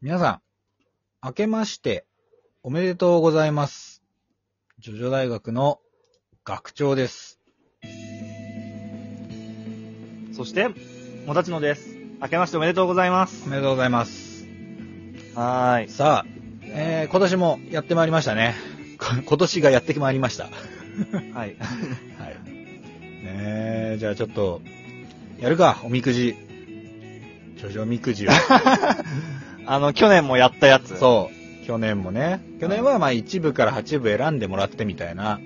皆さん、明けましておめでとうございます。ジョジョ大学の学長です。そして、もたちのです。明けましておめでとうございまおす。めでとうございます。はーい。さあ、えー、今年もやってまいりましたね。 こ今年がやってまいりました。ははい。 い。ねえ、じゃあちょっと、やるか、おみくじ。ジョジョみくじを。あの、去年もやったやつ。 そう。去年もね。去年はまあ一部から八部選んでもらってみたいな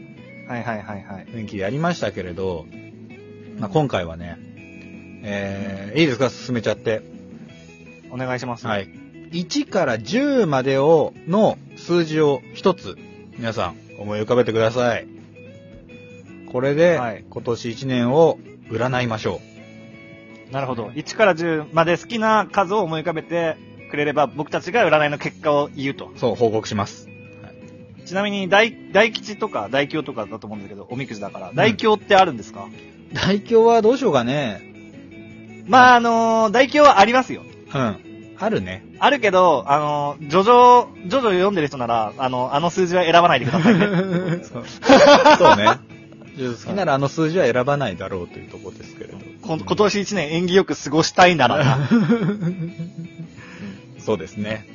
う。はいはいはいはい。雰囲気でやりましたけれど、まあ、今回はね、えー、いいですか進めちゃって。お願いします。。はいい。1から10までを、の数字を一つ、皆さん思い浮かべてください。これで、はい今年1年を占いましょなるほど。1から10まで好きな数を思い浮かべてくれれば、僕たちが占いの結果を言うとう。。そう、報告します。ちなみに大、大吉とか大凶とかだと思うんだけど、おみくじだからう。ん大凶ってあるんですか、大凶はどうしようかね。まあ、あのー大凶はありますよ。うん。あるね。あるけど、あのー、ジョジョ、ジョジョ読んでる人なら、あの、あの数字は選ばないでくださいね。 そうそう ね。好きならあの数字は選ばないだろうというところですけれど。こ今年1年縁起よく過ごしたいならな。そうですね。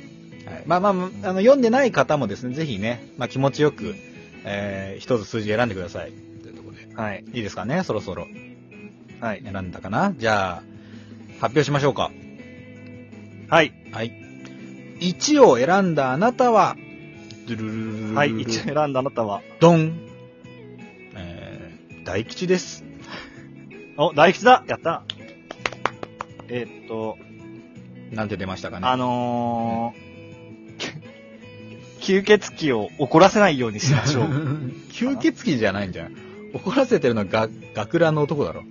はい、まあまあ、あの、読んでない方もですね、ぜひね、まあ気持ちよく、えー、一つ数字選んでください。というところで。はい。いいですかね、そろそろ。はい。選んだかなじゃあ、発表しましょうか。はい。はい。1を選んだあなたは、ドゥルルルルルルはい。一応選んだあなたは。ドン。えー、大吉です。お、大吉だやったえーっと、なんて出ましたかね。あのー、 吸血鬼を怒らせないようにしましょう。 吸血鬼じゃないんじゃん。怒らせてるのが、学ランの男だろ。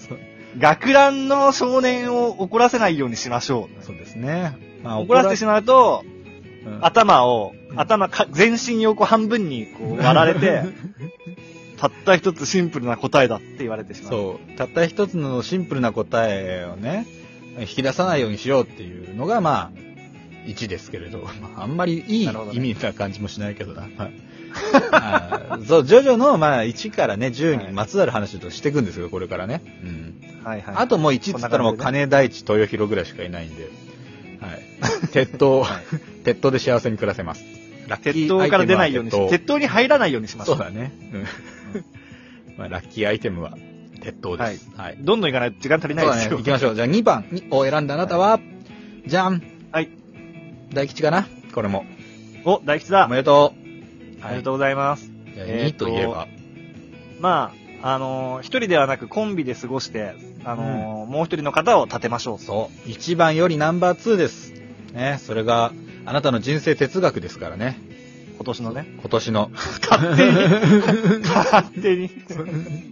そう学ランの少年を怒らせないようにしましょそうですね。まあう。怒らせてしまうと、うん頭をう、ん頭か、全身をこう半分にこう割られて、たった一つシンプルな答えだって言われてしま う。そう。たった一つのシンプルな答えをね、引き出さないようにしようっていうのが、まあ、1ですけれど、まああんまりいいなるほどね意味な感じもしないけどな。はい あーそう、ジョジョの、まあ、1からね、10にまつわる話をしていくんですよ、これからね。うん。はいはい。あともう1っつったらもう金大地豊広ぐらいしかいないんで、はい。 鉄塔、 鉄塔で幸せに暮らせます。ラッキ鉄ー塔から出ないようにし、アイテムは鉄塔に入らないようにし鉄ま塔しょそうう。だね。 うん。まあ、ラッキーアイテムは鉄塔です。はい。どんどん行かないと時間足りないそうでだねすよ。行きましょう。じゃあ2番を選んだあなたは、じゃん。はい。大吉かなこれも。お、大吉おだ。めでとう。ありがとうございます。う。じゃあえー2とといえば。まあ、あのー一人ではなくコンビで過ごして、あのーもう一人の方を立てましょう。そう。1番よりナンバー2です。ね、それが、あなたの人生哲学ですからね。今年のね。今年の。 勝 手に。 勝手に。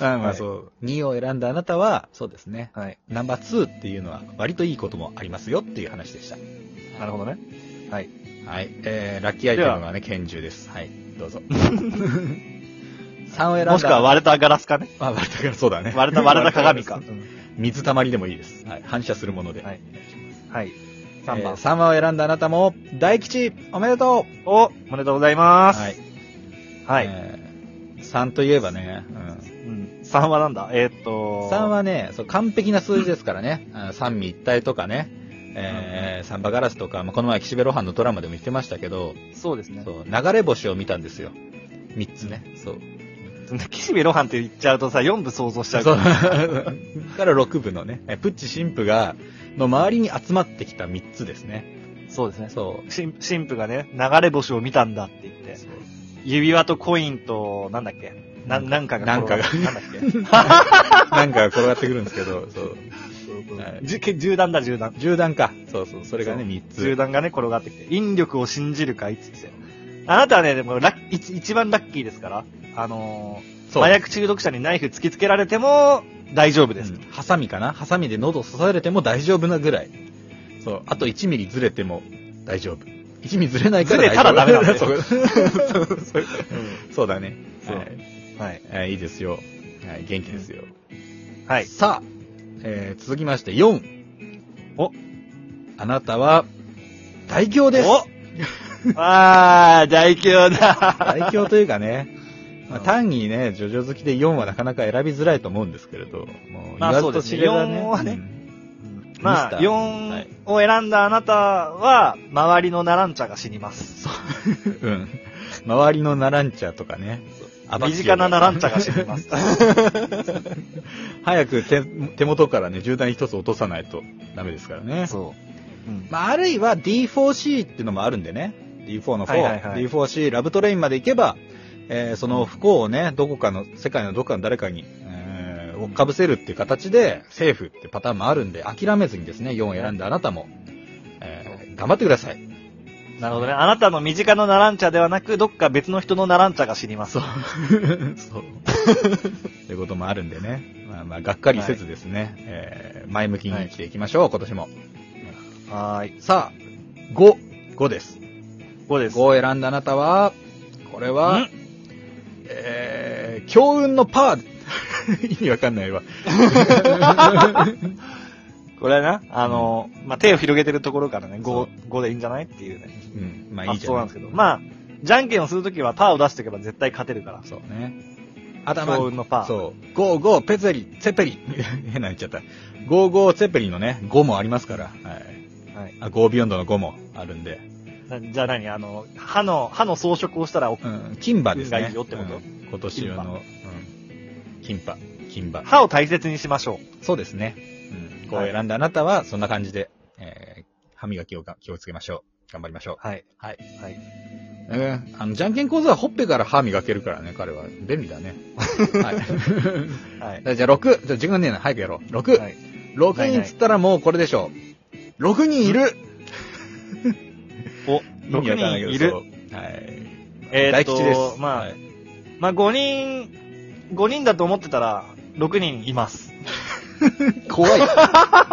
あまあそう。2を選んだあなたは、そうですね。はい。ナンバー2っていうのは割といいこともありますよっていう話でした。なるほどね。はい。はい。えー、ラッキーアイテムはね、拳銃です。はい。ど うぞ。3を選んだ。もしくは割れたガラスかね。あ、割れたからそうだね。割れた、割れた 鏡か。割れた水たまりでもいいです。はい。反射するもので。はいはい。 3 3番。番。 3番を選んだあなたも、大吉おめでとうお、おめでとうございます。はい。はい。えー、3といえばね、うん。うん、3はなんだえーっと。 3はね、そう完璧な数字ですからね、あの三位一体とかね、えーサンバガラスとか、まあ、この前、岸辺露伴のドラマでも言ってましたけど、そうですね。そう流れ星を見たんですよ、3つね、そう。岸辺露伴って言っちゃうとさ、4部想像しちゃうそかう ら。から6部のね、えプッチ神父が、の周りに集まってきた3つですね。そうですね。そ神神父がね、流れ星を見たんだって言っう。て、指輪とコインと、なんだっけな、なんかがなん転かががっ、なんだっ なんか転がってくるんですけど、そう。はいけじけ銃弾だ、銃弾。銃弾か。そうそう、それがね、そう3つ。銃弾がね、転がってきて、引力を信じるか、いつって。あなたはね、でもラッ一、一番ラッキーですから、あのー、そう麻薬中毒者にナイフ突きつけられても、大丈夫です。うんハサミかなハサミで喉刺されても大丈夫なぐらい。そう。あと1ミリずれても大丈夫。1ミリずれないから大丈夫。ずれたらダメなんだよそう そうそうそうだね。そうはいはい。はい。いいですよ。はい。元気ですよ。はい。さあ、えー続きまして4。おあなたは、大凶です。おあー、大凶だ。大凶というか ね、まあ、うん単にね、ジョジョ好きで4はなかなか選びづらいと思うんですけれど、もう言まあわずと知ればね。そうですね4はねうんミスまタあ、ーは4いを選んだあなたは、周りのナランチャが死にます。うん。周りのナランチャとかね。アバッ身キオ近なナランチャが死にます。 早く手手元からね、銃弾一つ落とさないとダメですからね。そう。うんまあ、あるいは D4C っていうのもあるんでね。D4 の4、はいはいはい D4C ラブトレインまで行けば、えーその不幸をね、どこかの、世界のどこかの誰かに、えー、かぶせるっていう形で、セーフってパターンもあるんで、諦めずにですね、4を選んだあなたも、えー頑張ってください。なるほどね。あなたの身近なナランチャではなく、どっか別の人のナランチャが死にま す。そう。ということもあるんでね。まあまあ、がっかりせずですね、えー前向きに生きていきましょう、今年も。はーい。さあ、5、5です。 5です。 5を選んだあなたは、これは、んえー、強運のパー、意 味わかんないわ。これはな、あの、まあ、手を広げてるところからね、そう5、5でいいんじゃないっていうね。うん、まあいい発じゃ想なんですけど。あ、まあ、じゃんけんをするときはパーを出しておけば絶対勝てるから。そうね。幸頭、運のパー。そう、ゴーゴー、ペゼリ、ツェペリ、 変なの言っちゃった。ゴーゴー、ツェペリのね、5もありますから、はい。はい。あ、ゴービヨンドの5もあるんで、なじゃあ何あの、歯の、歯の装飾をしたら、うん、金馬です運がね。いいよってことうん今年の、うん、金馬、金馬。歯を大切にしましょそうですね。うん、こうはい選んだあなたは、そんな感じで、えー、歯磨きをが気をつけましょう。頑張りましょうう。。はい。はい。はい。えー、あの、じゃんけん講座はほっぺから歯磨けるからね、彼は。便利だ ね。ははい。い。じゃあ6、じゃあ時間ねえな、早くやろう。6、はい6人っつったらもうこれでしょう。6人いるお、意味わ6かんないけど人いる。そうはい。えーっ大と吉です。まあはいまあ、5人、5人だと思ってたら、6人います。怖い。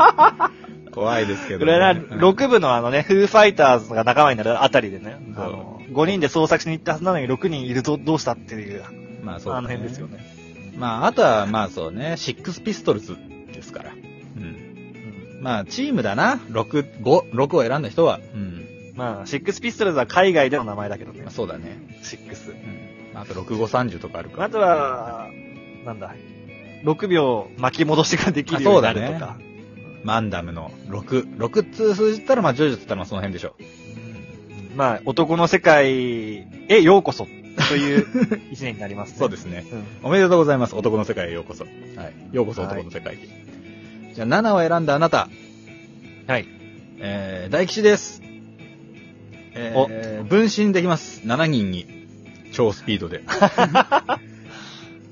怖い ですけこど、れはな、うん6部のあのね、 フーファイターズが仲間になるあたりでね、そうあの、5人で捜索しに行ったはずなのに6人いるぞ、どうしたっていう、まあそうあだねの辺ですよね。まあ、あとは、まあそうね、シックスピストルズですから。うん。うんまあ、チームだな。6、5、6を選んだ人は。うん。まあ、シックスピストルズは海外での名前だけどねまあ、、そうだね。シックスう。ん。まあ、あと6、5、30とかあるから。あとは、なんだ、6秒巻き戻しができるようになるとあか。マンダムの6。6通数字ったら、まあ、ジョジョつったら、まあ、その辺でしょまあ、男の世界へようこそ、と いう一年になります、う。そうですね。うん。おめでとうございます。男の世界へようこそ。はい。ようこそ男の世界へ。じゃあ、7を選んだあなた。はい。えー、大吉です。えー、分身できます。7人に。超スピード で。あ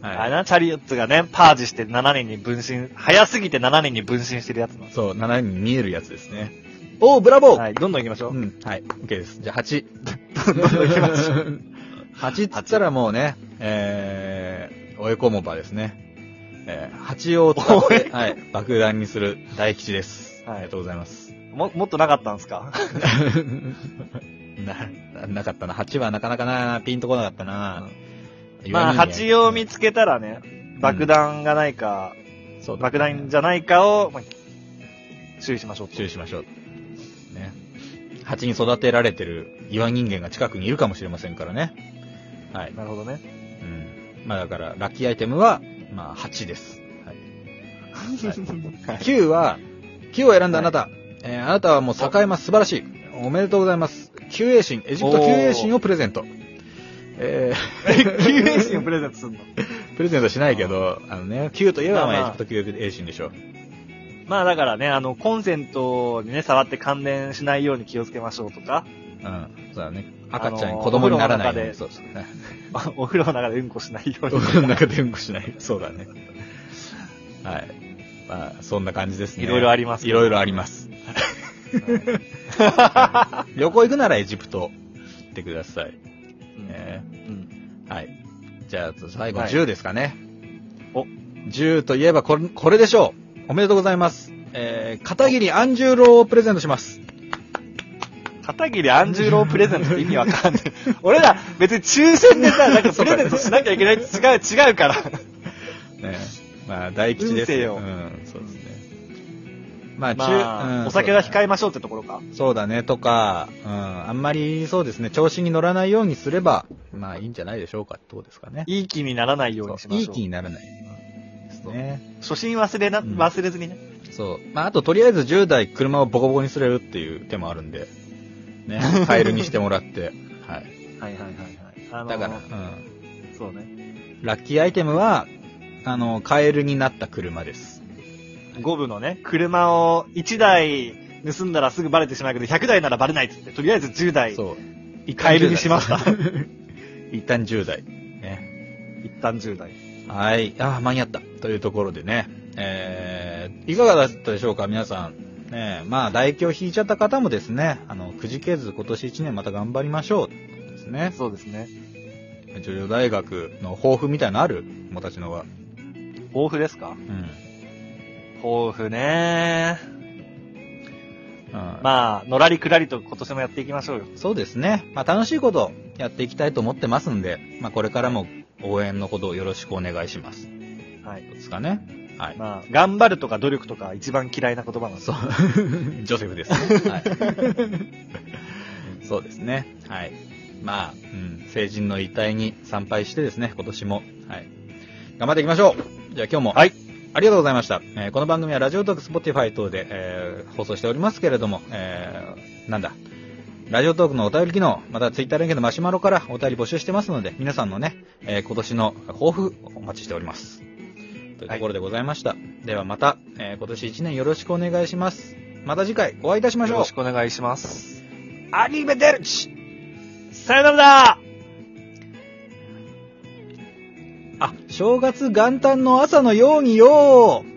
れはな、チャリオッツがね、パージして7年に分身、早すぎて7年に分身してるやつなんい。ですそう、7人に見えるやつですね。おー、ブラボー、はい、どんどん行きましょう。うん、はい。OK です。じゃあ、8。 どんどん行きましょう。 8っつったらもうね、えー、おえこもばですね。えー、8を使って、はい、爆弾にする大吉です。はいありがとうございます。も、もっとなかったんですかな、ななかったな。8はなかなかな、ピンとこなかったな。まあ、蜂を見つ、つけたらね、爆弾がないか、そうだね爆弾じゃないかを、まあ、注意しましょうと。注意しましょう。ね。蜂に育てられてる岩人間が近くにいるかもしれませんからね。はい。なるほどね。うん。まあだから、ラッキーアイテムは、まあ8です。はい。はい 9は、9を選んだあなた。えーあなたはもう境山素晴らしい。おめでとうございます。救栄神、エジプト救栄神をプレゼント。え 救命士をプレゼントするの。ー、プレゼントしないけど、あのね、9といえばままあまああエジプト救栄神でしょう。まあだからね、あの、コンセントにね、触って感電しないように気をつけましょうとか、うん。そうだね。赤ちゃん、あのー子供にならないように。お風そうそう。ねお風呂の中でうんこしないようおに。風呂の中でうん こしない。そうだね。はい。まあ、そんな感じですね。 いろいろありりますいろいろあります。旅行行くならエジプト行ってください。うんねうんはい。じゃあ、最後はい10ですかね。お10といえばこれ、これでしょう。おめでとうございます。えー、片桐安十郎をプレゼントします。片桐安十郎プレゼントって意味わか んない。俺ら、別に抽選でさ、なんかプレゼントしなきゃいけないって違う、違うから。ねまあ、大吉です運勢ようん、そうですね。まあ、中、まあうんお酒は控えましょうってところか。そうだね、とか、うん、あんまりそうですね、調子に乗らないようにすれば、まあいいんじゃないでしょうか、どうですかね。いい気にならないようにしましょう。いい気にならない。ですね。初心忘れな、うん忘れずにね。そう。まああと、とりあえず10代車をボコボコにすれるっていう手もあるんで、ね、カエルにしてもらって、 はい。はいはいはいはい。あのだから、うん。そうね。ラッキーアイテムは、あの、カエルになった車です。五部のね、車を1台盗んだらすぐバレてしまうけど、100台ならバレないっつって、とりあえず10台、そう。カエルにしました。 一旦10代。ね。一旦10代。はい。ああ、間に合った。というところでね。えー、いかがだったでしょうか、皆さん。ねえまあ、唾液を引いちゃった方もですね、あの、くじけず今年1年また頑張りましょう。ですね。そうですね。女女大学の抱負みたいなのある友達のは。抱負ですかうん。抱負ねまあ、まあ、のらりくらりと今年もやっていきましょうよ。そうですね。まあ、楽しいことやっていきたいと思ってますんで、まあ、これからも応援のほどよろしくお願いします。はい。ですかね。はい。まあ、頑張るとか努力とか一番嫌いな言葉なんです。そう。 ジョセフです。はい。そうですね。はい。まあ、うん、成人の遺体に参拝してですね、今年も。はい。頑張っていきましょうじゃあ今日も。はい。ありがとうございました。えーこの番組はラジオトーク、スポティファイ等で、えー放送しておりますけれども、えーなんだ。ラジオトークのお便り機能、またツイッター連携のマシュマロからお便り募集してますので、皆さんのね、えー今年の抱負お待ちしております。というところでございました。ではまた、えー今年1年よろしくお願いします。また次回お会いいたしましよょうろし。くお願いします。アニメデルチさよならあ、正月元旦の朝のようによー